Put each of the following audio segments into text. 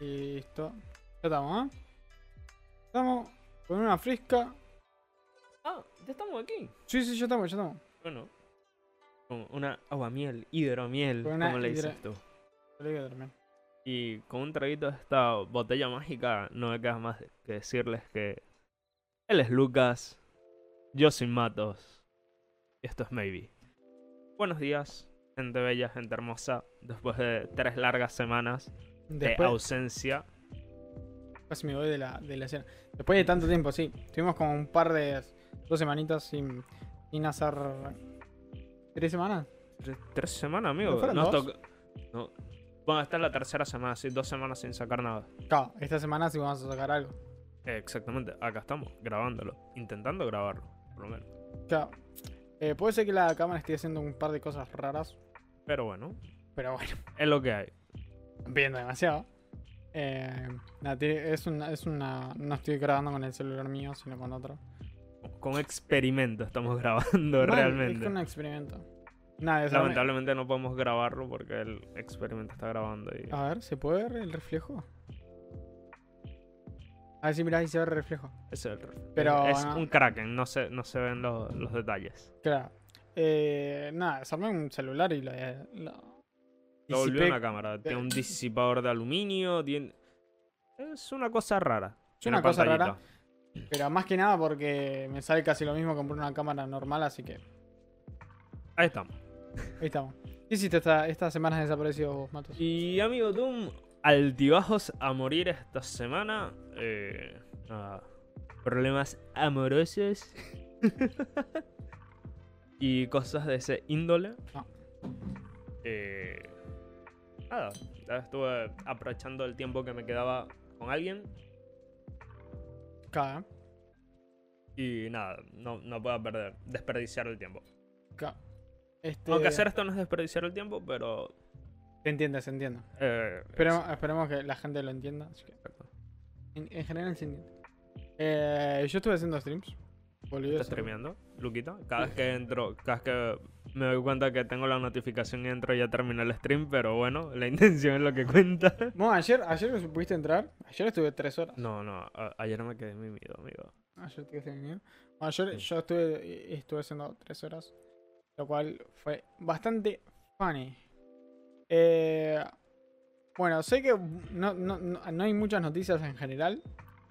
Listo. Ya estamos, ¿eh? Estamos con una fresca. Ah, ya estamos aquí. Sí, sí, ya estamos, ya estamos. Bueno. Con una aguamiel, hidromiel, Con una como le hidro- dices tú. Lo digo también. Y con un traguito de esta botella mágica, no me queda más que decirles que él es Lucas, yo soy Matos, y esto es Maybe. Buenos días, gente bella, gente hermosa, después de tres largas semanas de Después, ausencia. casi me voy de la, de la escena. Después de tanto tiempo, sí. Tuvimos como un par de. dos semanitas sin, sin hacer. tres semanas. Tre- ¿Tres semanas, amigo? ¿No fueron Nos dos? toca- no. Bueno, esta es la tercera semana, sí, dos semanas sin sacar nada. Claro, esta semana sí vamos a sacar algo. Eh, Exactamente, acá estamos, grabándolo, intentando grabarlo, por lo menos. Claro. Eh, puede ser que la cámara esté haciendo un par de cosas raras, Pero bueno, pero bueno, es lo que hay. viendo demasiado. Eh, nada, tiene- es una, es una. No estoy grabando con el celular mío, sino con otro. con experimento estamos grabando Mal, realmente. Es un experimento. Nada, es Lamentablemente no podemos grabarlo porque el experimento está grabando y A ver, ¿se puede ver el reflejo? A ver si mirá, ahí se ve el reflejo. es el ref- Pero, es no. un kraken, no se, no se ven lo- los detalles. Claro. Eh, nada, desarmé un celular y lo. eh, lo Lo volvió disipé. una cámara, tiene un disipador de aluminio, tiene... Es una cosa rara. Es una cosa pantallita. rara. Pero más que nada porque me sale casi lo mismo que comprar una cámara normal, así que Ahí estamos. ahí estamos. ¿Qué hiciste esta- estas semanas desaparecidos vos, Matos? Y amigo Doom, altibajos a morir esta semana. eh, nada, problemas amorosos. y cosas de ese índole. Ah. Eh, nada, ya estuve aprovechando el tiempo que me quedaba con alguien. Claro, Y nada, no, no puedo perder, desperdiciar el tiempo. claro. Este, Aunque hacer esto no es desperdiciar el tiempo, pero... Se entiende, se entiende. eh, Esperemos, esperemos que la gente lo entienda. así que- Exacto. En, en general se entiende. Eh, yo estuve haciendo streams. Volví a ¿Estás hacer- streameando, Luquita? Cada vez que entro, cada vez que me doy cuenta que tengo la notificación y entro, ya terminé el stream, pero bueno, la intención es lo que cuenta. Bueno, ayer, ayer que pudiste entrar. Ayer estuve tres horas. No, no, a- ayer me quedé mimido, amigo. Ayer te quedaste dormido. Bueno, ayer yo estuve, estuve haciendo tres horas. Lo cual fue bastante funny. Eh, bueno, sé que no, no- no- no hay muchas noticias en general.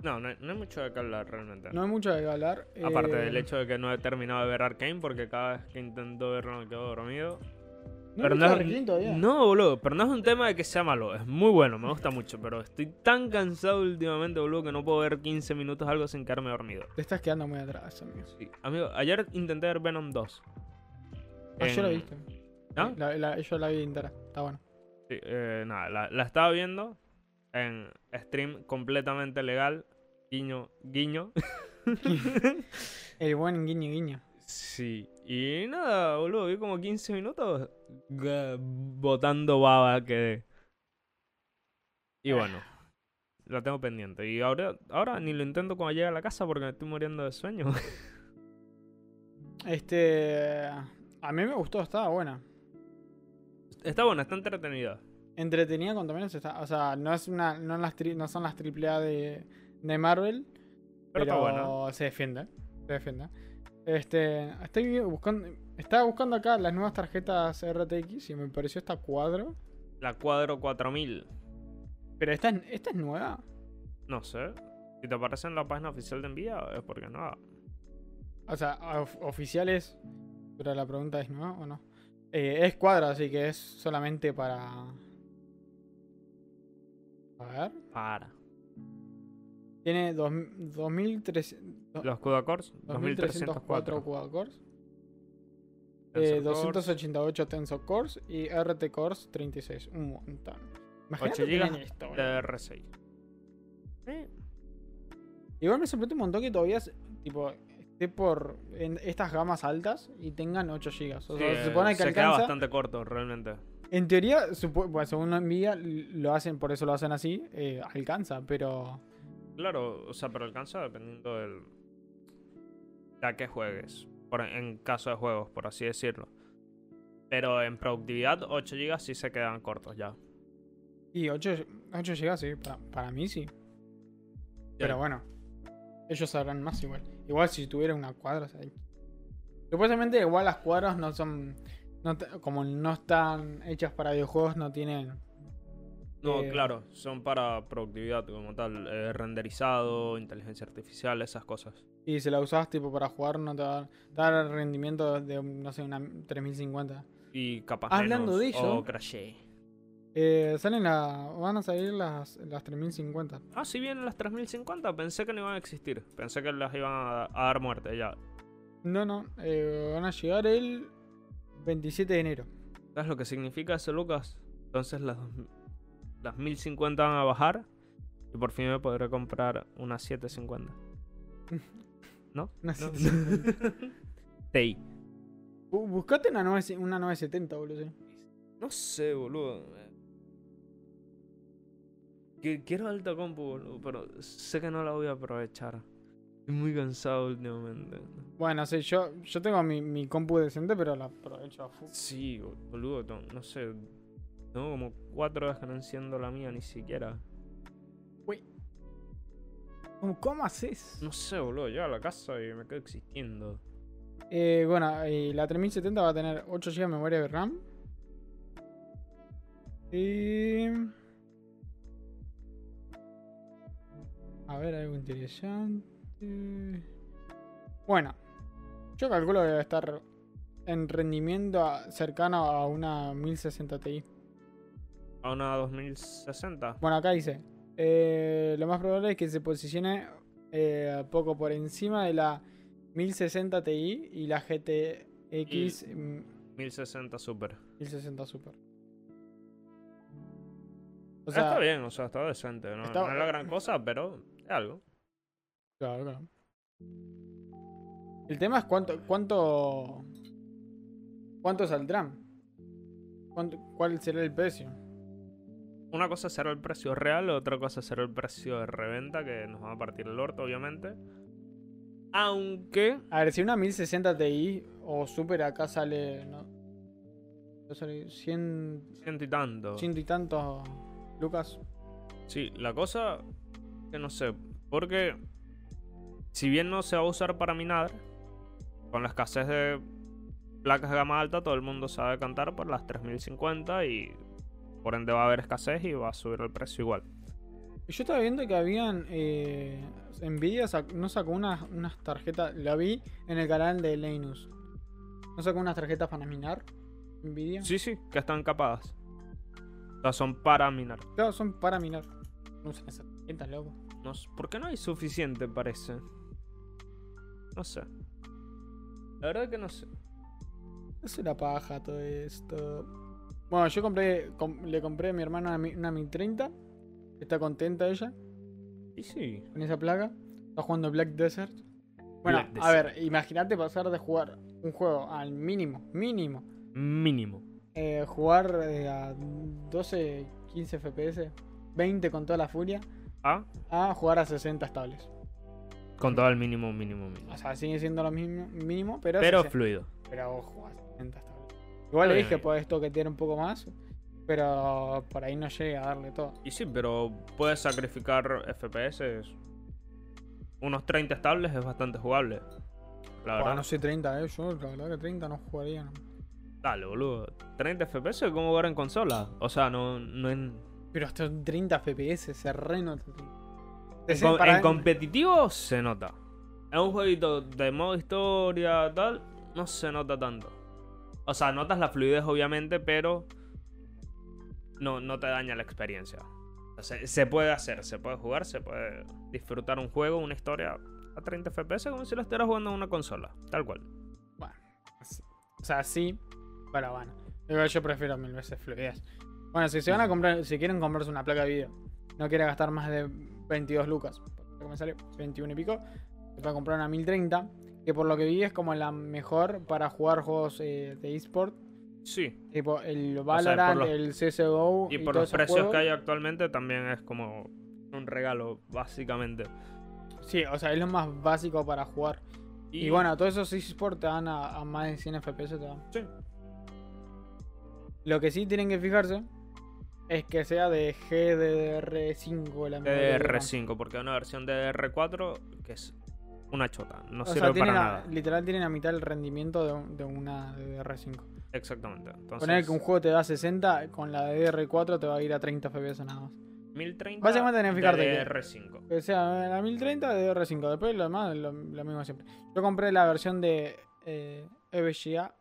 No, no hay, no hay mucho de qué hablar realmente. No hay mucho de qué hablar. Aparte eh, del hecho de que no he terminado de ver Arkane, porque cada vez que intento verlo me quedo dormido. No hay mucho de Argentina todavía. no, boludo, pero no es un tema de que sea malo, es muy bueno, me gusta mucho, pero estoy tan cansado últimamente, boludo, que no puedo ver 15 minutos algo sin quedarme dormido. Te estás quedando muy atrás, amigo. Sí, Amigo, ayer intenté ver Venom 2. Ayer En- Ah, la viste. ¿No? La- la- yo la vi entera. Está bueno. Sí, eh, nada, la, la estaba viendo en stream completamente legal. Guiño, guiño. El buen guiño guiño. Sí. Y nada, boludo, vi como 15 minutos ga- botando baba quedé. Eh. Y bueno, la tengo pendiente. Y ahora, ahora ni lo intento cuando llegue a la casa porque me estoy muriendo de sueño. Este. A mí me gustó, estaba buena. está buena, está entretenida. Entretenida cuanto menos está. O sea, no es una. No, las tri- no son las triple A de, de Marvel. Pero, Pero, está buena. se defiende. Se defiende. Este. Estoy buscando. Estaba buscando acá las nuevas tarjetas RTX y me pareció esta cuadro. La cuadro 4000. Pero esta, es- esta es nueva. No sé. Si te aparece en la página oficial de envía, es porque no. O sea, of- oficiales. Pero la pregunta es nueva o no. Eh, es cuadro, así que es solamente para. A ver. Para. Tiene dos mil- 2300 Los Codacores, 2304 2304. quad cores, Tensor eh, Cores. 288 tensor cores y RT cores 36. Un montón. Imagínate 8 tener GB esto, boludo. de R6. Eh, Igual me sorprende un montón que todavía es- tipo, esté por en estas gamas altas y tengan 8 GB. O sea, sí, se eh, supone que se queda alcanza. bastante corto, realmente. En teoría, supo- bueno, según lo envía, lo hacen, por eso lo hacen así. eh, alcanza, pero. Claro, o sea, pero alcanza dependiendo del. de a qué juegues. Por, en caso de juegos, por así decirlo. Pero en productividad, 8 GB sí se quedan cortos ya. Y 8, 8 GB, sí, para, para mí sí. Pero bueno, ellos sabrán más igual. Igual si tuviera una cuadra, o sea, Supuestamente igual las cuadras no son... no te- como no están hechas para videojuegos, no tienen... No, Eh, claro, son para productividad como tal, eh, renderizado, inteligencia artificial, esas cosas. Y si la usas tipo para jugar, no te va a dar- te va a dar el rendimiento de, no sé, una 3050. Y capaz Hablando menos, de ello- o crashé. Eh, salen la, van a salir las, las 3050. Ah, si bien las 3050 pensé que no iban a existir. Pensé que las iban a, a dar muerte ya. No, no, eh, van a llegar el 27 de enero. ¿Sabes lo que significa eso, Lucas? Entonces las, dos- las 1050 van a bajar y por fin me podré comprar una 750. ¿No? Una No. 750. Tei. Bu- Buscate una, 9 una 970, boludo. sí. No sé, boludo. Que- Quiero alta compu, boludo, pero sé que no la voy a aprovechar. Estoy muy cansado últimamente. Bueno, sí, yo, yo tengo mi, mi compu decente, pero la aprovecho a full. Sí, boludo, no, no sé. Tengo como cuatro horas que no enciendo la mía ni siquiera. ¿Cómo, cómo haces? No sé, boludo, llego a la casa y me quedo existiendo. Eh, bueno, y la 3070 va a tener 8 GB de memoria de RAM. Y. A ver, algo interesante. Bueno, yo calculo que debe estar en rendimiento a- cercano a una 1060 Ti. A una 2060. Bueno, acá dice: eh, Lo más probable es que se posicione eh, poco por encima de la 1060 Ti y la GTX. mm, 1060 super. 1060 Super. O O sea, Ah, está bien, o sea, está decente. No, está- no es la gran cosa, pero es algo. claro, claro. El tema es cuánto. cuánto. cuánto saldrán. ¿Cuánto- ¿Cuál será el precio? Una cosa será el precio real, otra cosa será el precio de reventa, que nos va a partir el orto, obviamente. Aunque. A ver, si una 1060 Ti o Super acá sale. No, ¿cuánto sale? 100, Ciento y tanto. ciento y tantos lucas. Sí, la cosa. Que no sé. Porque. Si bien no se va a usar para minar, con la escasez de placas de gama alta, todo el mundo se va a decantar por las 3050 y. Por ende va a haber escasez y va a subir el precio igual. Y Yo estaba viendo que habían. Eh, Nvidia sac- no sacó unas, unas tarjetas. La vi en el canal de Linus. No sacó unas tarjetas para minar. Nvidia. Sí, sí, que están capadas. O sea, son para minar. Claro, son para minar. No usan esas tarjetas, loco. No s- ¿Por qué no hay suficiente, parece? No sé. La verdad que no sé. Es una paja todo esto. Bueno, yo compré. com- le compré a mi hermana una, Mi- una 1030. Está contenta ella Y sí. con esa placa. Está jugando Black Desert. Bueno, Black a ver, imagínate pasar de jugar un juego al mínimo, mínimo, Mínimo. eh, jugar eh, a 12, 15 FPS, 20 con toda la furia, Ah, a jugar a 60 estables. con todo el mínimo, mínimo, mínimo. O sea, sigue siendo lo mismo, mínimo, pero, Pero 60, fluido. pero ojo, a 60 estables. Igual le Está bien, dije, amigo. podés toquetear un poco más, pero por ahí no llegue a darle todo. Y sí, pero puedes sacrificar FPS. Unos 30 estables es bastante jugable. La Bueno, verdad. no sé, 30, eh, yo la verdad que 30 no jugaría. no. Dale, boludo. 30 FPS es como jugar en consola. O sea, no, no en. Pero hasta un 30 FPS, se re nota. En, Sesen- com- para- en competitivo se nota. En un jueguito de modo historia, tal, no se nota tanto. O sea, notas la fluidez, obviamente, pero no, no te daña la experiencia. O sea, se puede hacer, se puede jugar, se puede disfrutar un juego, una historia a 30 FPS como si lo estuvieras jugando en una consola, tal cual. O sea, sí, pero bueno. Igual Yo prefiero mil veces fluidez. Bueno, si se van a comprar, si quieren comprarse una placa de video, no quieren gastar más de 22 lucas, porque me sale 21 y pico, se pueden comprar una 1030, que por lo que vi es como la mejor para jugar juegos eh, de eSport, Sí, tipo el Valorant, los- el CSGO. y por todos los esos precios juegos. que hay actualmente también es como un regalo, básicamente. Sí, o sea, es lo más básico para jugar. Y, bueno, todos esos eSports te dan a, a más de 100 FPS. Te dan. Sí. Lo que sí tienen que fijarse es que sea de GDR5 la memoria de RAM. DDR5, porque una versión DDR4 que es una chota, no O sea, sirve tiene para la- nada. literal tiene la mitad del rendimiento de, un- de una DDR5. Exactamente. Entonces, Poner que un juego te da 60, con la DDR4 te va a ir a 30 FPS nada más. 1030 Básicamente tenés que fijarte que- DDR5. Que sea eh, la 1030 de DDR5. Después lo demás, lo, lo mismo siempre. Yo compré la versión de eh, EVGA.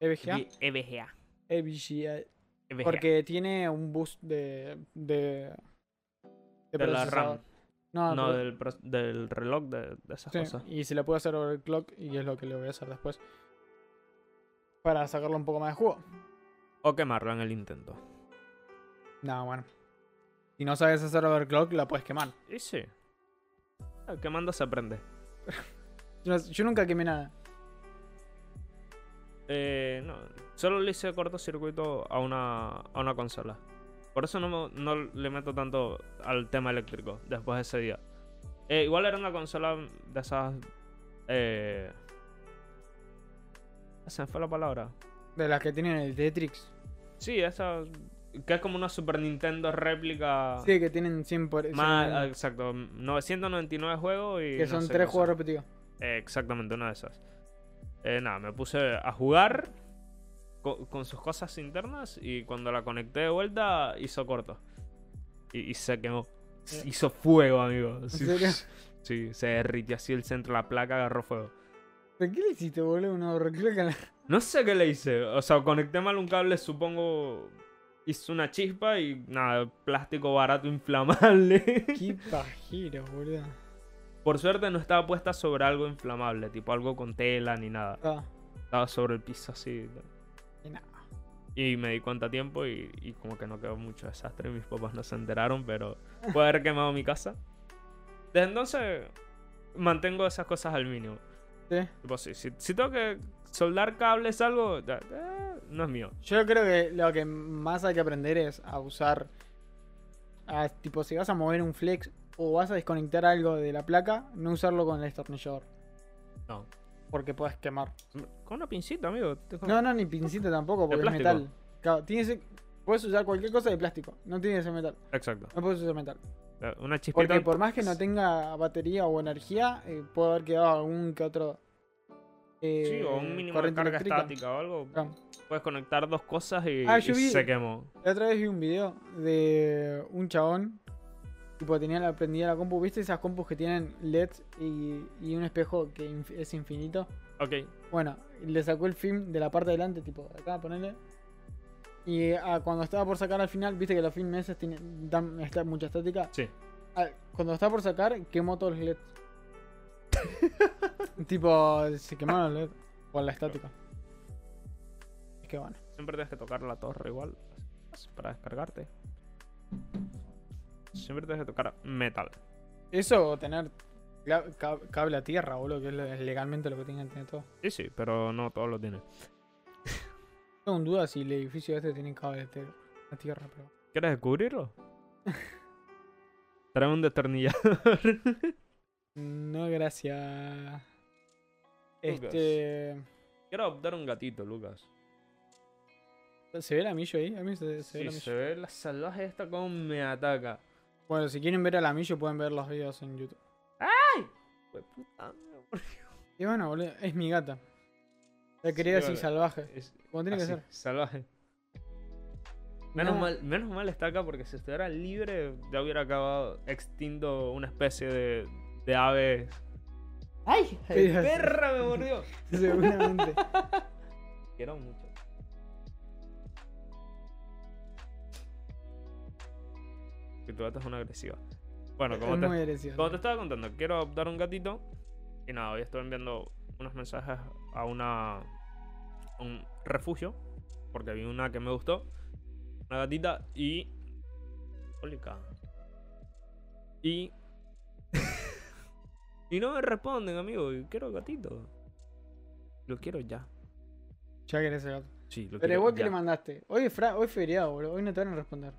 EVGA. Y E EVGA. E EVGA. EVGA. Porque tiene un boost de. de. de la procesador. RAM, No, no pero- del, pro- del reloj de, de esas sí, cosas. Y se le puede hacer overclock y es lo que le voy a hacer después. Para sacarle un poco más de juego. O quemarlo en el intento. No, bueno. Si no sabes hacer overclock, la puedes quemar. Y sí. Ah, Quemando se aprende. Yo, no- yo nunca quemé nada. Eh, no, solo le hice cortocircuito a una, a una consola. Por eso no, me- no le meto tanto al tema eléctrico después de ese día. Eh, igual era una consola de esas. Eh... Se me fue la palabra. De las que tienen el Tetrix. Sí, esa. Que es como una Super Nintendo réplica. Sí, que tienen 100 por. Más, 100, ah, exacto, 999 juegos y. que no son sé tres qué juegos repetidos. Eh, Exactamente, una de esas. Eh, nada, me puse a jugar co- con, sus cosas internas y cuando la conecté de vuelta hizo corto. Y, y se quemó. S- Eh. Hizo fuego, amigo. Sí, serio? sí, se derritió así el centro, la placa agarró fuego. ¿Pero qué le hiciste, boludo? Una overclock a la- No sé qué le hice. O sea, conecté mal un cable, supongo. Hizo una chispa y nada, plástico barato inflamable. Qué pajeros, boludo. Por suerte no estaba puesta sobre algo inflamable, tipo algo con tela ni nada. Ah, Estaba sobre el piso así. y nada. Y me di cuenta a tiempo y, y como que no quedó mucho desastre. Mis papás no se enteraron, pero puede haber quemado mi casa. Desde entonces mantengo esas cosas al mínimo. Sí. Tipo, si, si- si tengo que soldar cables, algo, ya, eh, no es mío. Yo creo que lo que más hay que aprender es a usar. a- tipo, si vas a mover un flex o vas a desconectar algo de la placa, no usarlo con el destornillador. No. Porque puedes quemar. Con una pincita, amigo. Te- No, no, ni pincita tampoco, porque es plástico. metal. Claro, tiene ese- Puedes usar cualquier cosa de plástico. No tiene ese metal. Exacto. No puedes usar metal. Eh, Una chispita. Porque por más que no tenga batería o energía, eh, puede haber quedado algún que otro. eh, Sí, o un mínimo de corriente carga eléctrica. estática o algo. Claro. Puedes conectar dos cosas y, Ah, y yo vi- se quemó. La otra vez vi un video de un chabón. Tipo, tenía la, prendida la compu. ¿Viste esas compus que tienen LEDs y, y un espejo que inf- es infinito? Ok. Bueno, le sacó el film de la parte de delante, tipo, acá, ponele. Y ah, cuando estaba por sacar al final, viste que los films esos tienen dan está mucha estática. Sí. Ah, Cuando estaba por sacar, quemó todos los LEDs. tipo, se quemaron los LEDs por la estática. Es que bueno. Siempre tienes que tocar la torre igual así, para descargarte. Siempre tienes que tocar metal. Eso o tener cla- ca- cable a tierra, boludo, que es lo- es legalmente lo que tienen que tener todo. Sí, sí, pero no todos lo tienen. Tengo un duda si el edificio este tiene cable a tierra, a tierra, pero. ¿Quieres descubrirlo? Trae un destornillador. No, gracias. Lucas. Este. Quiero adoptar un gatito, Lucas. ¿Se ve el amillo ahí? A mí se, se ve el Sí, amillo. se ve la salvaje esta como me ataca. Bueno, si quieren ver el amillo, pueden ver los videos en YouTube. Hue puta, mira, Y bueno, boludo, es mi gata. La quería Sí, así vale. salvaje. es Como tiene así, que ser. salvaje. Menos Nada. mal, menos mal está acá porque si estuviera libre ya hubiera acabado extinto una especie de, de aves. ¡Ay! Pero- ¡Perra me mordió! Seguramente. Quiero mucho. Que tu gata es una agresiva. Bueno, como es te, muy agresivo. como te estaba contando, quiero adoptar un gatito. Y nada, hoy estoy enviando unos mensajes a una. a un refugio. Porque vi una que me gustó. Una gatita y. Olica. Y. y no me responden, amigo. y Quiero gatito. Lo quiero ya. Ya querés el gato. Sí, lo Pero quiero igual que ya. le mandaste. Hoy es, fra- hoy es feriado, boludo. Hoy no te van a responder.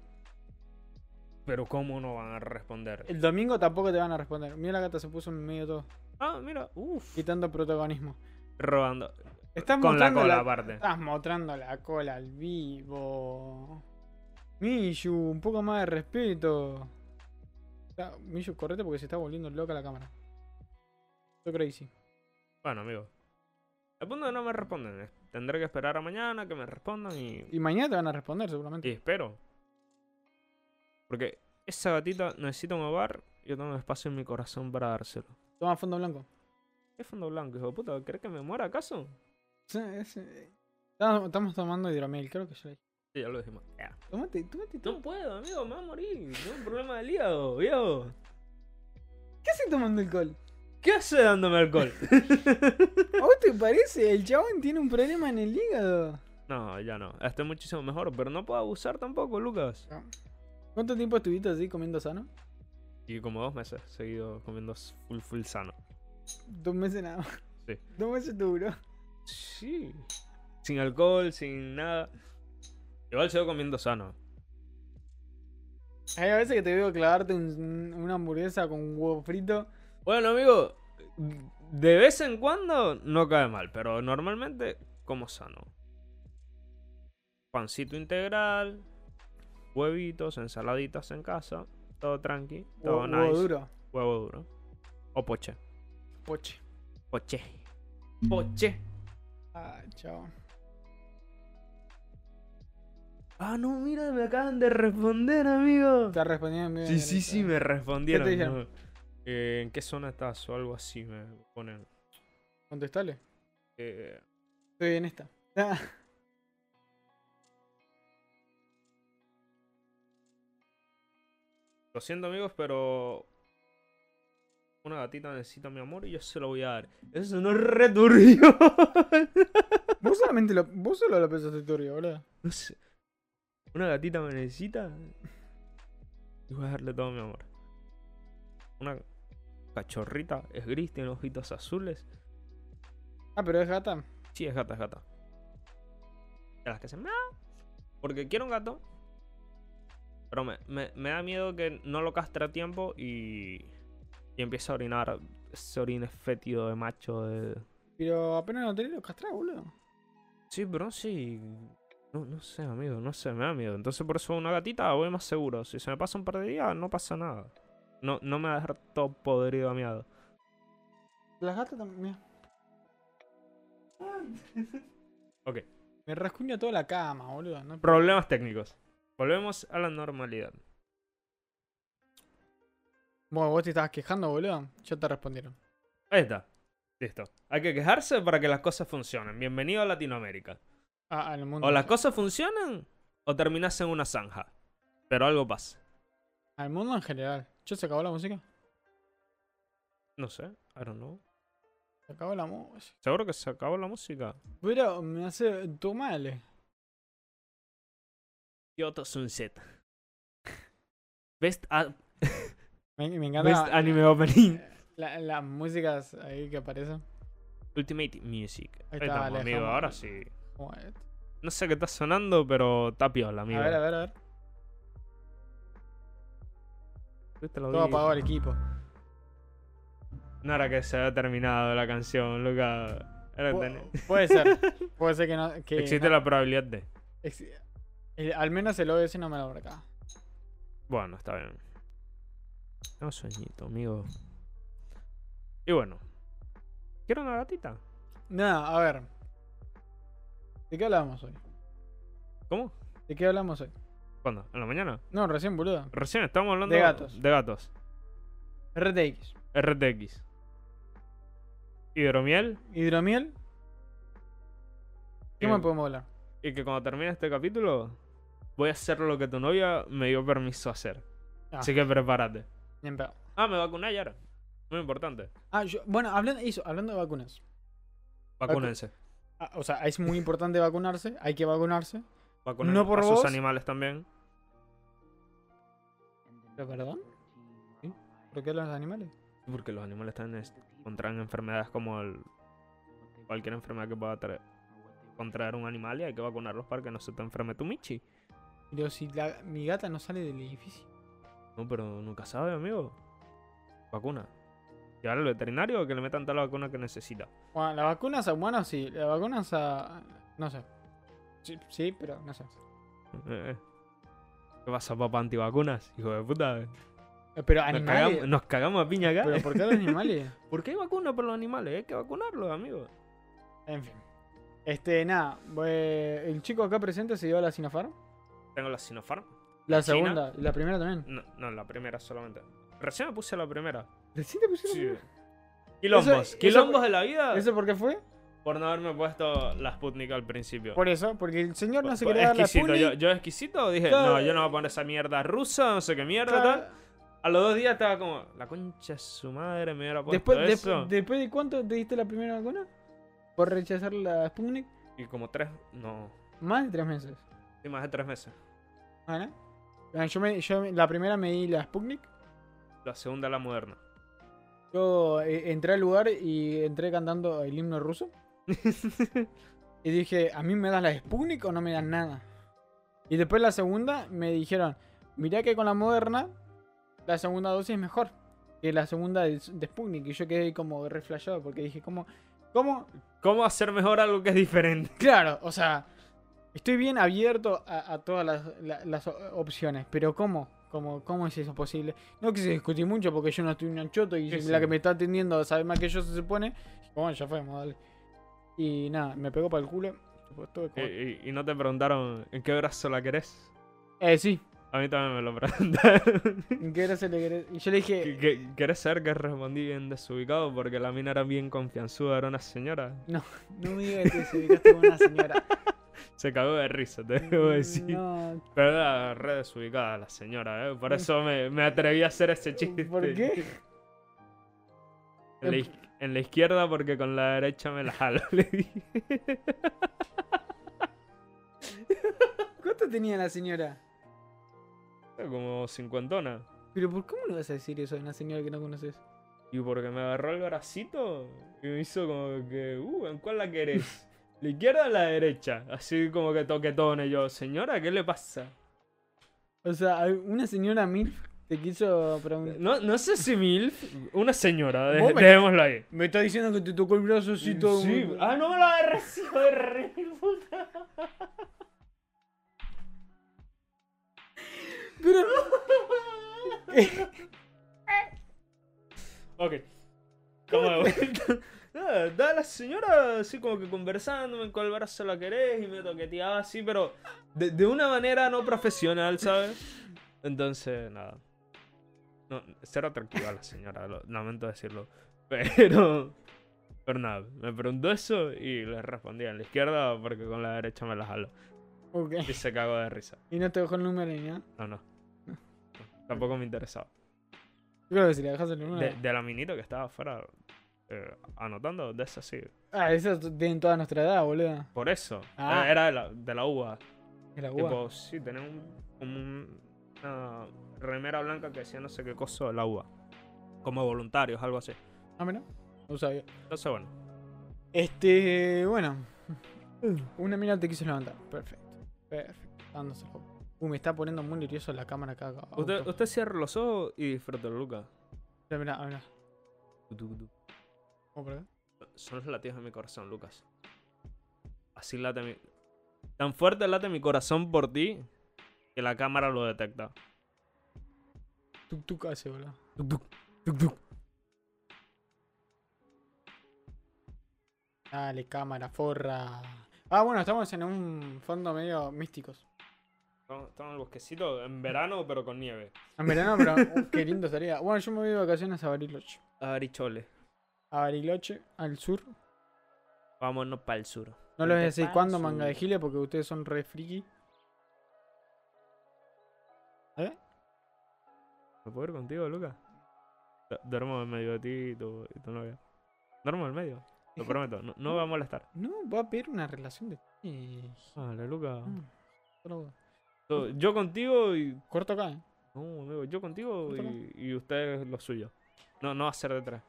Pero ¿cómo no van a responder? El domingo tampoco te van a responder. Mira la gata se puso en medio de todo, Ah, mira, uff. quitando protagonismo. Robando. Estás Con la mostrando cola la- aparte. Estás mostrando la cola al vivo. Miyu, un poco más de respeto. Está- Miyu, correte porque se está volviendo loca la cámara. Yo crazy. Bueno, amigo. El punto es que no me responden. eh. Tendré que esperar a mañana que me respondan y. Y mañana te van a responder seguramente. Y espero. Porque esa gatita necesita un hogar. Yo tengo espacio en mi corazón para dárselo. Toma fondo blanco. ¿Qué fondo blanco, hijo de puta? ¿Crees que me muera acaso? Sí, sí. Estamos estamos tomando hidromiel, creo que ya lo dije. Sí, ya lo dijimos. Ya. Tómate, tómate tú. No puedo, amigo, me voy a morir. Tengo un problema del hígado, viejo. ¿Qué haces tomando alcohol? ¿Qué hace dándome alcohol? ¿A vos te parece? El chabón tiene un problema en el hígado. no, ya no. Estoy muchísimo mejor, pero no puedo abusar tampoco, Lucas. ¿Cuánto tiempo estuviste así comiendo sano? Y como dos meses seguido comiendo full, full sano. Dos meses nada más. Sí. Dos meses te duró. Sí. Sin alcohol, sin nada. Igual sigo comiendo sano. Hay a veces que te veo clavarte un- una hamburguesa con un huevo frito. Bueno, amigo, de vez en cuando no cae mal, pero normalmente como sano. Pancito integral, huevitos, ensaladitas en casa, todo tranqui, todo Huevo, nice. huevo duro. Huevo duro. O poche. Poche. Poche. Poche. Ah, chabón. Ah, no, mira, me acaban de responder, amigo. Te respondiendo bien. Sí, sí, sí, me respondieron. ¿Qué te dijeron? ¿no? Eh, ¿En qué zona estás? O algo así me ponen. Contestale. Eh, Estoy en esta. Ah, Lo siento, amigos, pero. Una gatita necesita mi amor y yo se lo voy a dar. Eso no es re turbio. vos solamente lo, vos solo lo pensaste turbio, boludo. No sé. Una gatita me necesita. Y voy a darle todo mi amor. Una cachorrita es gris, tiene ojitos azules. Ah, pero es gata. Sí, es gata, es gata. De las que se me Porque quiero un gato. Pero me, me- me da miedo que no lo castre a tiempo y. Y empiece a orinar. Ese orine fétido de macho. De... Pero apenas lo tenés, lo castrás, boludo. Sí, pero sí. No, no sé, amigo, no sé, me da miedo. Entonces por eso una gatita voy más seguro. Si se me pasa un par de días, no pasa nada. No, no me va a dejar todo podrido a miado. Las gatas también. Ok. Me rascuña toda la cama, boludo. No, Problemas técnicos. Volvemos a la normalidad. Bueno, vos te estabas quejando, boludo. Ya te respondieron. Ahí está. Listo. Hay que quejarse para que las cosas funcionen. Bienvenido a Latinoamérica. Ah, al mundo. O las cosas funcionan o terminas en una zanja. Pero algo pasa. Al mundo en general. Yo se acabó la música. No sé. I don't know. Se acabó la música. Seguro que se acabó la música. Pero me hace todo mal. Kyoto Sunset. Best, a- Me, me best encanta Anime Opening. la- las músicas ahí que aparecen. Ultimate Music. Ahí está, estamos, le amigo. dejamos. Ahora sí. Como esto. No sé qué está sonando, pero está piola, A amigo. ver, a ver, a ver. Te Todo lo dije. apagado el equipo. No era que se había terminado la canción, loca. Era Pu- tener- puede ser. Puede ser que no. Que Existe eh, no- la probabilidad de. ex- el- al menos el OBS no me lo marca. Bueno, está bien. Tengo sueñito, amigo. Y bueno. Quiero una gatita. Nada, a ver. ¿De qué hablamos hoy? ¿Cómo? ¿De qué hablamos hoy? ¿Cuándo? ¿En la mañana? No, recién, boludo. Recién estamos hablando De gatos. De gatos. RTX. RTX. Hidromiel. Hidromiel. ¿Qué Eh, más podemos hablar? Y que cuando termine este capítulo, voy a hacer lo que tu novia me dio permiso a hacer. Ah. Así que prepárate. Ni en pedo. Ah, me vacuné ayer. Muy importante. Ah, yo- bueno, hablando, eso, hablando de vacunas. Vacúnense. Ah, o sea, es muy importante vacunarse. Hay que vacunarse. Vacunen No por a vos. sus animales también. ¿Pero perdón? ¿Por qué los animales? Porque los animales también es- contraen enfermedades como el- cualquier enfermedad que pueda tra- contraer un animal y hay que vacunarlos para que no se te enferme tu Michi. Pero si la- mi gata no sale del edificio. No, pero nunca sabe, amigo. Vacuna. Llevar al veterinario que le metan tal vacuna que necesita. Bueno, las vacunas a humanos sí. Las vacunas a. No sé. Sí, sí, pero no sé. Eh, eh. ¿Qué pasa, papá antivacunas? Hijo de puta. Eh, Pero Nos cagamos, animales. nos cagamos a piña acá. ¿Pero por qué los animales? Porque hay vacuna para los animales, hay que vacunarlos, amigo. En fin. Este, nada. eh, El chico acá presente se dio a la Sinopharm. Tengo la Sinopharm. La China. segunda. Y la primera también. No, no, la primera solamente. Recién me puse la primera. ¿Recién te pusieron? Sí. primera? Quilombos. eso- Quilombos de la vida ¿Eso por qué fue? por no haberme puesto la Sputnik al principio. Por eso, porque el señor no se Por- quería dar la exquisito. puli. Yo, yo exquisito dije, Claro. no, yo no voy a poner esa mierda rusa, no sé qué mierda, Claro, tal. A los dos días estaba como, la concha de su madre me hubiera puesto después, eso. desp- ¿Después de cuánto te diste la primera vacuna? ¿Por rechazar la Sputnik? Y como tres, no, Más de tres meses. sí, más de tres meses. Ah, ¿no? Ah, Yo, me, yo me- la primera me di la Sputnik. La segunda la moderna. Yo eh, entré al lugar y entré cantando el himno ruso. y dije, ¿a mí me das la Sputnik o no me dan nada? Y después la segunda me dijeron, mirá que con la moderna la segunda dosis es mejor que la segunda de, de Sputnik. Y yo quedé como reflejado porque dije, ¿cómo? ¿Cómo? ¿Cómo hacer mejor algo que es diferente? Claro, o sea, estoy bien abierto a, a todas las, la- las o- opciones, pero ¿cómo? ¿Cómo, ¿Cómo es eso posible? No quise discutir mucho porque yo no estoy un choto y Sí, sí. la que me está atendiendo sabe más que yo, se supone. Bueno, ya fue, dale. Y nada, me pegó para el culo. tipo, todo como- Y, y- y no te preguntaron, ¿en qué brazo la querés? Eh, sí, A mí también me lo preguntaron. ¿qué era ese le querés? Y yo le ¿Qué- dije, qué- ¿Querés saber que respondí bien desubicado? Porque la mina era bien confianzuda, era una señora. no me digas que se dedicaste con una señora. Se cagó de risa, te debo decir. Mm, No, Mm. Pero era re desubicada la señora, ¿eh? Por eso me, me atreví a hacer ese chiste. ¿Por qué? Em En la, iz- en la izquierda porque con la derecha me la jalo, le dije. ¿Cuánto tenía la señora? Como cincuentona. Pero ¿por cómo le vas a decir eso a una señora que no conoces? Y porque me agarró el bracito y me hizo como que, uh, ¿en cuál la querés? ¿La izquierda o la derecha? Así como que toquetone yo. Señora, ¿qué le pasa? O sea, una señora MILF te quiso preguntar. No, no sé si MILF, una señora, de- Vos me- dejémoslo ahí. Me está diciendo que te tocó el brazo así todo. Sí, muy- ah, no me lo agarré, sí, lo agarré, puta. Pero. Ok. Como de vuelta. Nada, da la señora así como que conversándome con el brazo la querés y me toqueteaba así, pero de, de una manera no profesional, ¿sabes? Entonces, nada. No, será atractiva la señora, lo- lamento decirlo. Pero. Pero nada, me preguntó eso y le respondí en la izquierda porque con la derecha me la jalo. Ok. Y se cagó de risa. Y no te dejó el número ni nada. No, no. Tampoco me interesaba. Yo creo que si le dejas el número. De, de la minito que estaba afuera eh, anotando, de esa sí. Ah, esas tienen toda nuestra edad, boludo. Por eso. Ah. Era, era de, la, de la uva. De la uva. Tipo, sí, tenía un, como un- una remera blanca que decía no sé qué cosa de la uva. Como voluntarios, algo así. Ah, mira. No sabía. Entonces, bueno. Este. Bueno. Una mina te quiso levantar. Perfecto. Perfecto. Dándose el juego. Uh, me está poniendo muy nervioso la cámara acá. acá. Usted, Auto. usted cierra los ojos y disfruta, Luca. Mira, mira, mira. Tu, tu, tu. Vamos por acá. Son los latidos de mi corazón, Lucas. Así late mi... Tan fuerte late mi corazón por ti que la cámara lo detecta. Tuk tuk hace, boludo. Tuc, tuc, tuc, tuc. Dale, cámara, forra. Ah, bueno, estamos en un fondo medio místicos. Estamos estamos en el bosquecito en verano, pero con nieve. En verano, pero uh, qué lindo estaría. Bueno, yo me voy de vacaciones a Bariloche. Arichole. A Bariloche, al sur. Vámonos para el sur. No les voy a Vente decir pa'l cuándo, manga de sur. giles, porque ustedes son re friki. ¿Me puedo ir contigo, Lucas? Du- Duermo en medio de ti y tu, y tu novia. Duermo en medio, lo prometo. No, no va a molestar. No, va a haber una relación de. Eh, Vale, Lucas. Mm. solo- Yo- Yo contigo y. Corto acá, eh. No, amigo, yo contigo Otro. y, y ustedes lo suyo. No, no va a ser de tres.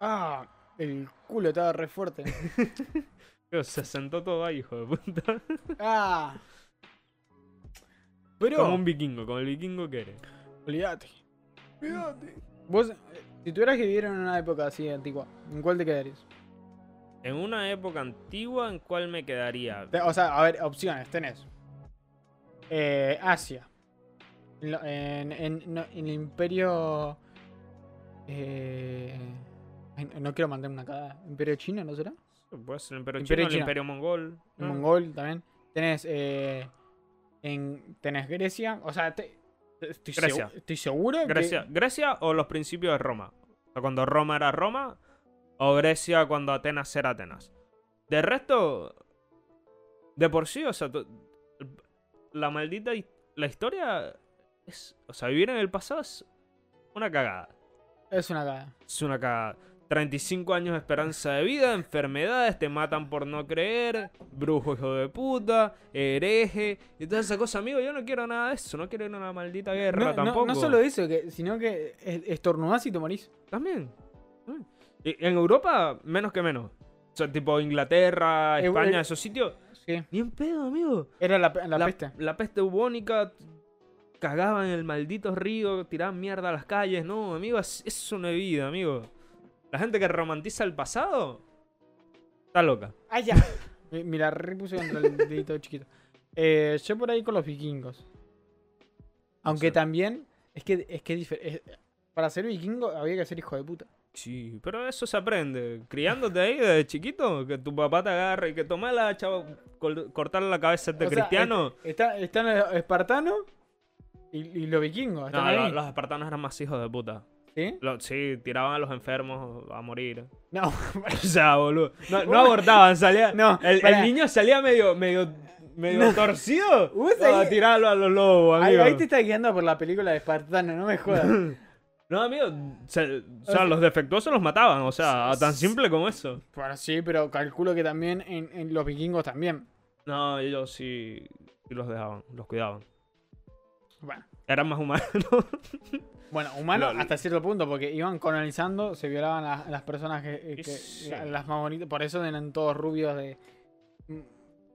Ah, el culo estaba re fuerte. Pero se sentó todo ahí, hijo de puta. Ah. Como Pero, un vikingo, como el vikingo que eres. olvídate. Vos, eh, si tuvieras que vivir en una época así antigua, ¿en cuál te quedarías? En una época antigua, ¿en cuál me quedaría? Te- O sea, a ver, opciones tenés. eh, Asia. En, lo- en- en- no, en el imperio... eh, ay, no quiero mandar una cagada. ¿Imperio chino, no será? Puede ser el imperio, Imperio chino, el chino. imperio mongol. El Ah, mongol también. Tenés, eh, en, tenés Grecia. O sea, te- estoy, segu- Grecia. estoy seguro que- Grecia, Grecia o los principios de Roma. O sea, cuando Roma era Roma. O Grecia cuando Atenas era Atenas. De resto. De por sí, o sea. tú- La maldita. hi- La historia. Es, o sea, vivir en el pasado es una cagada. es una cagada. Es una cagada. 35 años de esperanza de vida, enfermedades, te matan por no creer, brujo hijo de puta, hereje, y toda esa cosa, amigo, yo no quiero nada de eso, no quiero ir a una maldita guerra No, no- tampoco. no solo eso, que, sino que es- estornudás y te morís. También. también. Y en Europa, menos que menos. O sea, tipo Inglaterra, Eu- España, eu- esos sitios. Sí. Bien pedo, amigo. Era la, pe- eh, la peste. La peste bubónica. Cagaban en el maldito río, tiraban mierda a las calles. No, amigo, es- eso no es vida, amigo. La gente que romantiza el pasado. Está loca. ¡Ah, ya! Mi- Mira, repuse contra el dedito chiquito. Eh, yo por ahí con los vikingos. Aunque Sí. también, es que es que difer- es- para ser vikingo había que ser hijo de puta. Sí, pero eso se aprende. Criándote ahí desde chiquito, que tu papá te agarre y que toma la hacha, col- cortarle la cabeza a este O sea, cristiano. Está, están los espartanos y, y los vikingos. Están No, lo- ahí, los espartanos eran más hijos de puta. ¿sí? Lo- sí, tiraban a los enfermos a morir. No, O sea, boludo. No, no abortaban, salía. No, el, el pará. niño salía medio, medio, medio torcido. Vos No, ahí- tirarlo a los lobos, ahí, amigo. ahí te está guiando por la película de espartano, no me jodas. No, amigo. se- o sea, sea- los defectuosos los mataban. O sea, S- tan s- simple como eso. bueno, sí, pero calculo que también en, en los vikingos también. No, ellos sí, sí los dejaban, los cuidaban. Bueno, Eran más humanos. bueno humanos Lo- hasta cierto punto, porque iban colonizando, se violaban las, las personas que, que- Sí. la- las más bonitas. Por eso eran todos rubios de,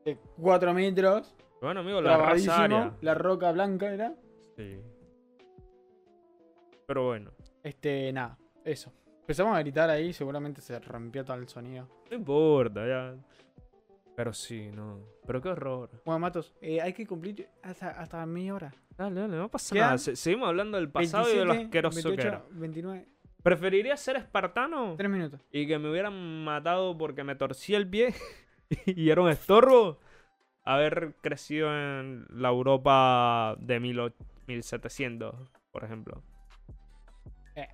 de 4 metros, Bueno, amigo, la trabadísimo, raza aria. la roca blanca era. Sí. Pero bueno. Este, nada, eso. Empezamos a gritar ahí, seguramente se rompió todo el sonido. No importa, ya. Pero sí, no. Pero qué horror. Bueno, Matos, eh, hay que cumplir hasta, hasta media hora. Dale, dale, no pasa Quedan nada. Se- seguimos hablando del pasado y de lo 27, asqueroso que era. 29, Preferiría ser espartano 3 minutos. y que me hubieran matado porque me torcí el pie y era un estorbo. Haber crecido en la Europa de 18- 1700, por ejemplo. Eh.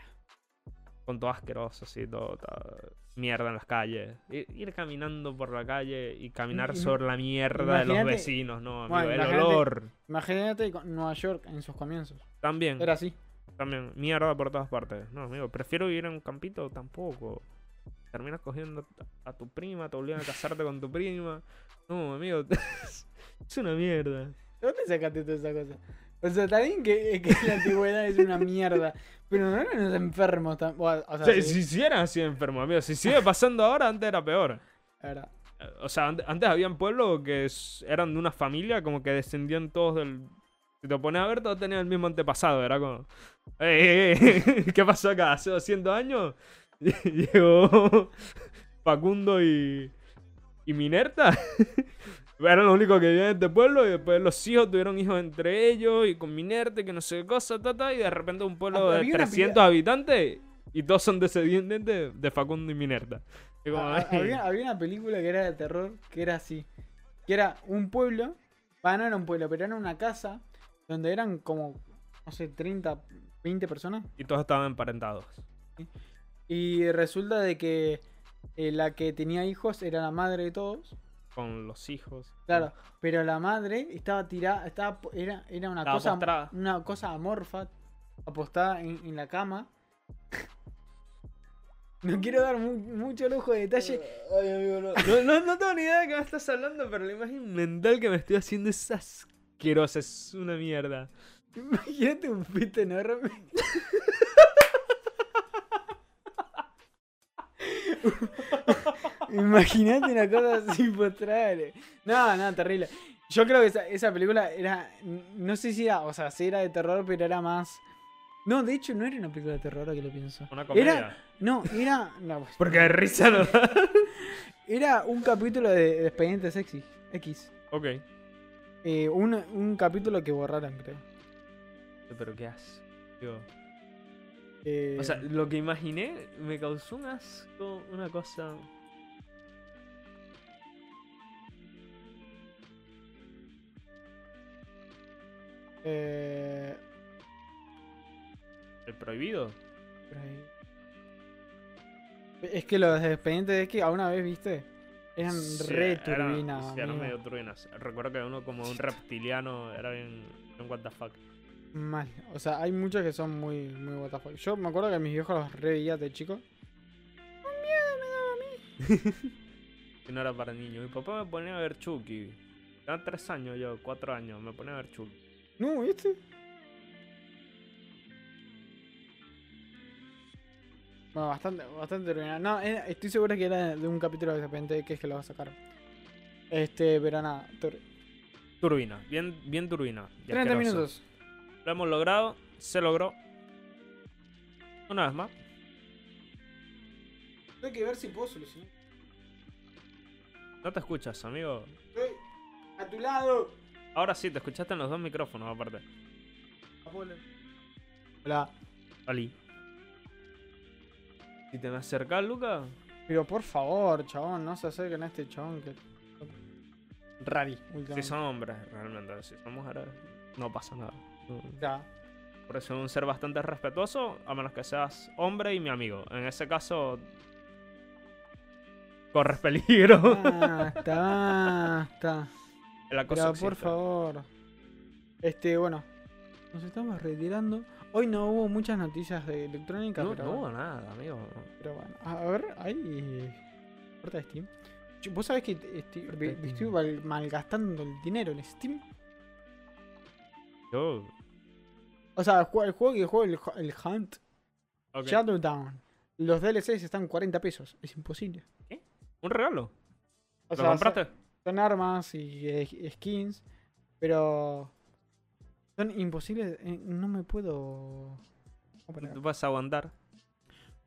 Con todo asqueroso, así, todo, ta- mierda en las calles. Ir, ir caminando por la calle y caminar Im- sobre la mierda de los imagínate- vecinos, no, amigo. Bueno, el imagínate- olor. Imagínate con Nueva York en sus comienzos. También. Era así. También, mierda por todas partes. No, amigo, prefiero vivir en un campito tampoco. Terminas cogiendo a tu prima, te obligan a casarte con tu prima. No, amigo, es una mierda. ¿De dónde sacaste toda esa cosa? O sea, está bien que, que la antigüedad es una mierda, pero no eran los enfermos tan. O, o sea, si, sí, si, si eran así de enfermo, amigo, si sigue pasando ahora, antes era peor. la verdad. Eh, O sea, ante- antes habían pueblos que s- eran de una familia, como que descendían todos del. Si te pones a ver, todos tenían el mismo antepasado. Era como. "Ey, ey, ey, ¿Qué pasó acá? Hace 200 años llegó Facundo y. y Minerta. Eran los únicos que vivían en este pueblo. Y después los hijos tuvieron hijos entre ellos. Y con Minerta, y que no sé qué cosa, ta, ta, Y de repente un pueblo de Ah, Había una 300 habitantes. Y todos son descendientes de- de Facundo y Minerta. Y como, Ha- ha- Ah, había, había una película que era de terror que era así: que era un pueblo, va, no era un pueblo, pero era una casa donde eran como, no sé, 30, 20 personas. y todos estaban emparentados. Y resulta de que eh, la que tenía hijos era la madre de todos. con los hijos. Claro, pero la madre estaba tirada, estaba po- era, era una Estaba cosa am- postrada. una cosa amorfa apostada en, en la cama. No quiero dar mu- mucho lujo de detalle. No, no, no tengo ni idea de qué me estás hablando, pero la imagen mental que me estoy haciendo es asquerosa, es una mierda. Imagínate un pito enorme. Imagínate una cosa así postrada. No, no, terrible. Yo creo que esa, esa película era. No sé si era. O sea, si era de terror, pero era más. No, de hecho no era una película de terror, ahora que lo pienso. Una comedia. Era. No, era. no, pues, Porque de risa no da. era un capítulo de, de Expediente Sexy X. ok. Eh, un, un capítulo que borraron, creo. Pero qué asco. Eh, O sea, lo que imaginé me causó un asco, una cosa. eh, El prohibido. Pero ahí- Es que los expedientes de que a una vez, viste, eran Sí, re era- turbinas. sí, eran amigo. medio turbinas. Recuerdo que uno como un reptiliano era bien. Un what the fuck. Mal. O sea, hay muchos que son muy, muy what the fuck. Yo me acuerdo que mis viejos los re veía de chico. Que no era para niños. Mi papá me ponía a ver Chucky. Tenía tres años yo, cuatro años. Me ponía a ver Chucky. No, ¿viste? Bueno, bastante, bastante turbina. No, era- estoy seguro que era de un capítulo de repente que es que lo va a sacar. Este, pero nada. tur- Turbina. Bien, bien turbina. y 30 asqueroso. minutos. Lo hemos logrado. Se logró. Una vez más. Tengo que ver si puedo solucionar. No te escuchas, amigo. Estoy a tu lado. Ahora sí, te escuchaste en los dos micrófonos aparte. Hola. Ali. Si te me acercas, Luca. Pero por favor, chabón, no se acerquen a este chabón que. Rari, Si últimamente. son hombres, realmente. Si son mujeres, no pasa nada. No. Ya. Por eso un ser bastante respetuoso, a menos que seas hombre y mi amigo. En ese caso. Corres peligro. Basta, basta. La cosa Ah, Pero por favor. Este, bueno. Nos estamos retirando. Hoy no hubo muchas noticias de electrónica, No, pero, no, bueno, nada, amigo. pero bueno. A ver, hay. Oferta de Steam. Che, Vos sabés que este, Oferta vi- de Steam. estoy val- malgastando el dinero en Steam. Yo. O sea, el juego el juego que juego, el, el Hunt, ok. Shadowdown. Los DLCs están 40 pesos. Es imposible. Un regalo. O ¿Lo sea, eh. compraste? son armas y eh, skins, pero son imposibles. eh, No me puedo. ¿cómo Tú poner? Vas a aguantar.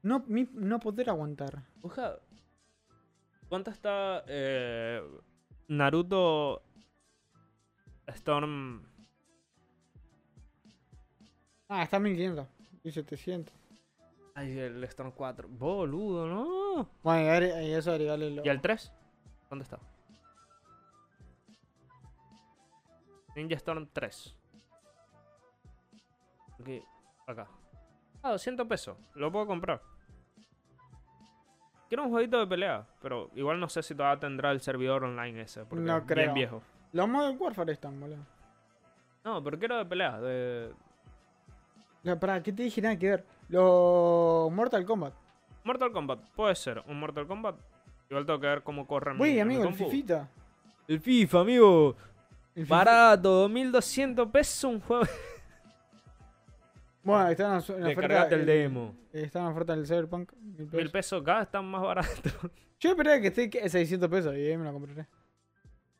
No, mi- no poder aguantar. Busca. ¿Cuánto está eh, Naruto Storm? Ah, está 1500 y 700. Ay, el Storm 4. Boludo, no. Bueno, y agre- y eso agregarle lo. ¿Y el 3? ¿Dónde está? Ninja Storm 3. Aquí, acá. Ah, 200 pesos. Lo puedo comprar. Quiero un jueguito de pelea, pero igual no sé si todavía tendrá el servidor online ese. Porque No es creo. Bien viejo. Los Modern Warfare están, boludo. No, pero quiero de pelea. De, No, para, ¿qué te dije? Nada que ver. Los Mortal Kombat. Mortal Kombat, puede ser, un Mortal Kombat. Igual tengo que ver cómo corre mi- Wey, mi amigo, el Ah, compu. Fifita. El FIFA, amigo. El Fifi- Barato, 2200 pesos un juego. Bueno, está en la su- en la oferta. Descargate el demo. eh, Está en la oferta del Cyberpunk. mil Mil pesos. pesos cada están más baratos. Yo esperaba que esté que- 600 pesos y ahí me lo compraré.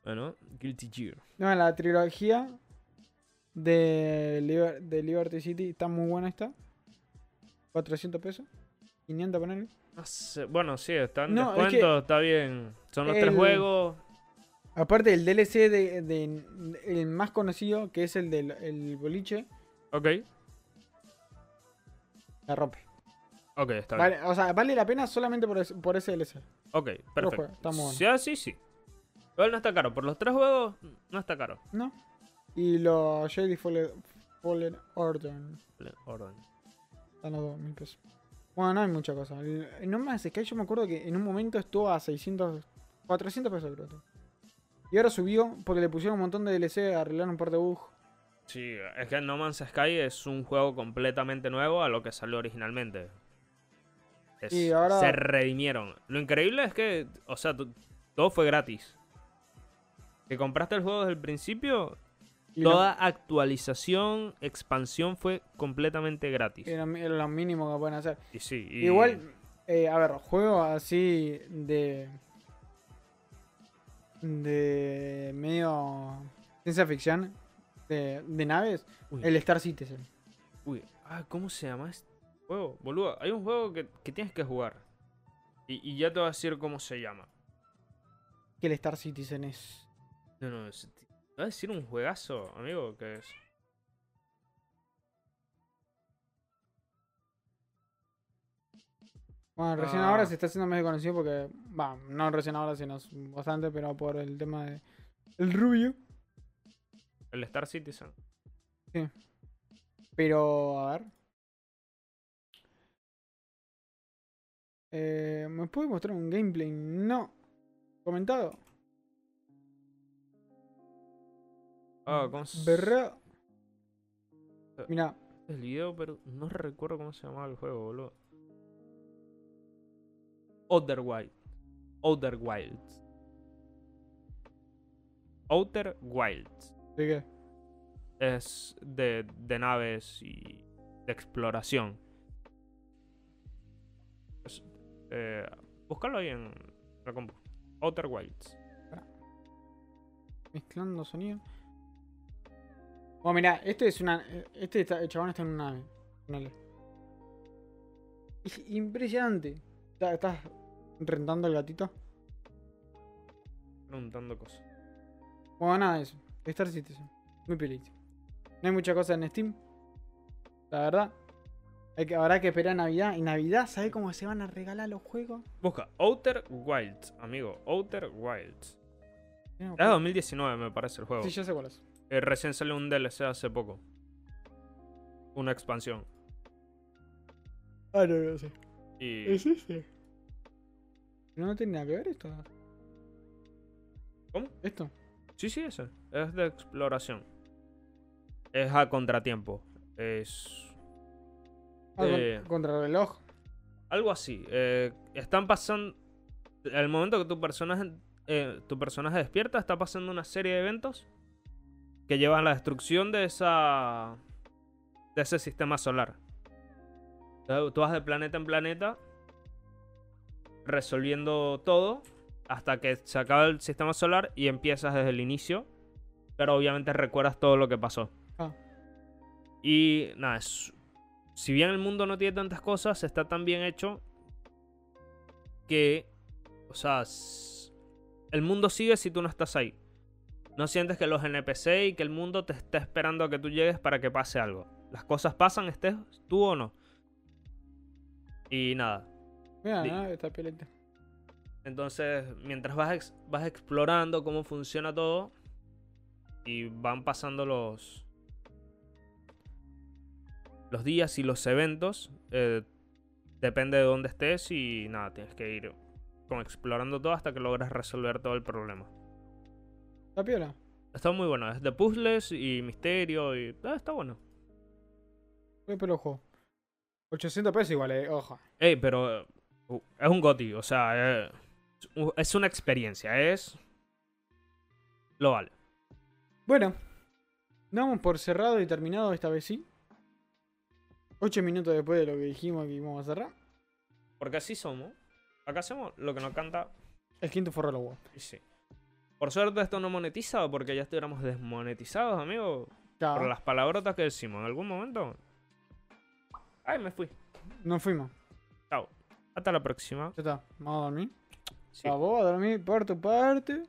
Bueno, Guilty Gear. No, la trilogía de, Liber- de Liberty City está muy buena esta. 400 pesos. 500 ponerle. No sé, Bueno, sí, están No, es descuentos, está bien. Son los tres el- juegos. Aparte el DLC de, de- el más conocido, que es el del el boliche, Ok, la rompe. ok, está bien. Vale, o sea, vale la pena solamente por, es- por ese DLC. Ok, perfecto. juegos, está muy bueno. Sí, ah, sí, sí. Igual no está caro. Por los tres juegos, no está caro. ¿No? Y los Jedi Fallen, Fallen Order. Vale, Orden. Están los 2000 pesos. Bueno, no hay mucha cosa. El, no más es que yo me acuerdo que en un momento estuvo a 600, 400 pesos creo. que. Y ahora subió porque le pusieron un montón de DLC, arreglaron un par de bugs. Sí, es que No Man's Sky es un juego completamente nuevo a lo que salió originalmente. Es- Y ahora- Se redimieron. Lo increíble es que, o sea, tu- todo fue gratis. Que compraste el juego desde el principio, Y lo- toda actualización, expansión fue completamente gratis. era, era lo mínimo que pueden hacer. Y sí, y- Igual, eh, a ver, juego así de. de. medio. ciencia ficción, de, de naves, Uy. el Star Citizen. Uy, ah, ¿cómo se llama este juego? Boludo, hay un juego que, que tienes que jugar. Y, y ya te voy a decir cómo se llama. Que el Star Citizen es. No, no, es- Te voy a decir un juegazo, amigo, que es. Bueno, recién Ah. ahora se está haciendo medio conocido porque, va, no recién ahora, sino s- bastante, pero por el tema de el rubio. El Star Citizen. Pero, a ver. Eh, ¿Me puede mostrar un gameplay? No. ¿Comentado? Ah, Mm, ¿cómo Eh. se- Berra. Mira, el video, pero no recuerdo cómo se llamaba el juego, boludo. Outer Wild. Outer Wilds. Outer Wilds. ¿de qué? Es de, de naves y de exploración. Es- eh, búscalo ahí en la compu. Outer Wilds. Mezclando sonido. Bueno, mira, este es una. Este está- el chabón está en una nave. Ponele. Es impresionante. Ta- ¿Estás rentando el gatito? Preguntando cosas. Bueno, nada de eso. Star Citizen. Muy pelito. No hay mucha cosa en Steam. La verdad. Hay que, habrá que esperar a Navidad. Y Navidad, ¿sabés cómo se van a regalar los juegos? Busca Outer Wilds, amigo. Outer Wilds. Mirá, Es 2019, me parece el juego. Sí, ya sé cuál es. Eh, recién salió un DLC hace poco. Una expansión. Ah, no, no sé. Y. ¿Es ese? No tiene nada que ver esto. ¿Cómo? ¿Esto? Sí, sí, ese. Es de exploración. Es a contratiempo. Es. Ah, con- Eh. contra el reloj. Algo así. eh, están pasando. Al momento que tu personaje, eh, tu personaje despierta, está pasando una serie de eventos que llevan a la destrucción de esa. de ese sistema solar. Tú tú vas de planeta en planeta resolviendo todo hasta que se acaba el sistema solar y empiezas desde el inicio. Pero obviamente recuerdas todo lo que pasó. Ah. Y nada, es- si bien el mundo no tiene tantas cosas, está tan bien hecho que, o sea, s- el mundo sigue si tú no estás ahí. No sientes que los NPC y que el mundo te está esperando a que tú llegues para que pase algo. Las cosas pasan, estés tú o no. Y nada, Mira, Di- ¿no? Esta peleta. entonces, mientras vas, ex- vas explorando cómo funciona todo y van pasando los, los días y los eventos, eh, depende de dónde estés y nada, tienes que ir como explorando todo hasta que logras resolver todo el problema. ¿Está piola? Está muy bueno, es de puzzles y misterio y ah, está bueno. Voy por el ojo. 800 pesos igual, eh. Ojo. Ey, pero eh, uh, es un goti, o sea, eh, es un- es una experiencia, es... Lo vale. Bueno. Damos por cerrado y terminado esta vez sí. 8 minutos después de lo que dijimos que íbamos a cerrar. Porque así somos. Acá hacemos lo que nos canta. El quinto forró los huevos. Y sí. Por suerte esto no monetizado, porque ya estuviéramos desmonetizados, amigo. Ya, Por las palabrotas que decimos en algún momento. Ay, me fui. Nos fuimos. Hasta la próxima. Ya está. Vamos a dormir. Sí. A vos a dormir por tu parte.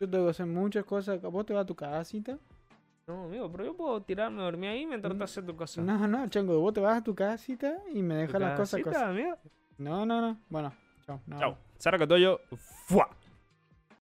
Yo tengo que hacer muchas cosas. Vos te vas a tu casita. No, amigo, pero yo puedo tirarme a dormir ahí mientras Mm. tú haces tu cosa. No, no, chango. Vos te vas a tu casita y me ¿Tu dejas las cosas. casita, cosas. amigo? No, no, no. Bueno. Chao. no. Chao. Sara Catoyo. Fua.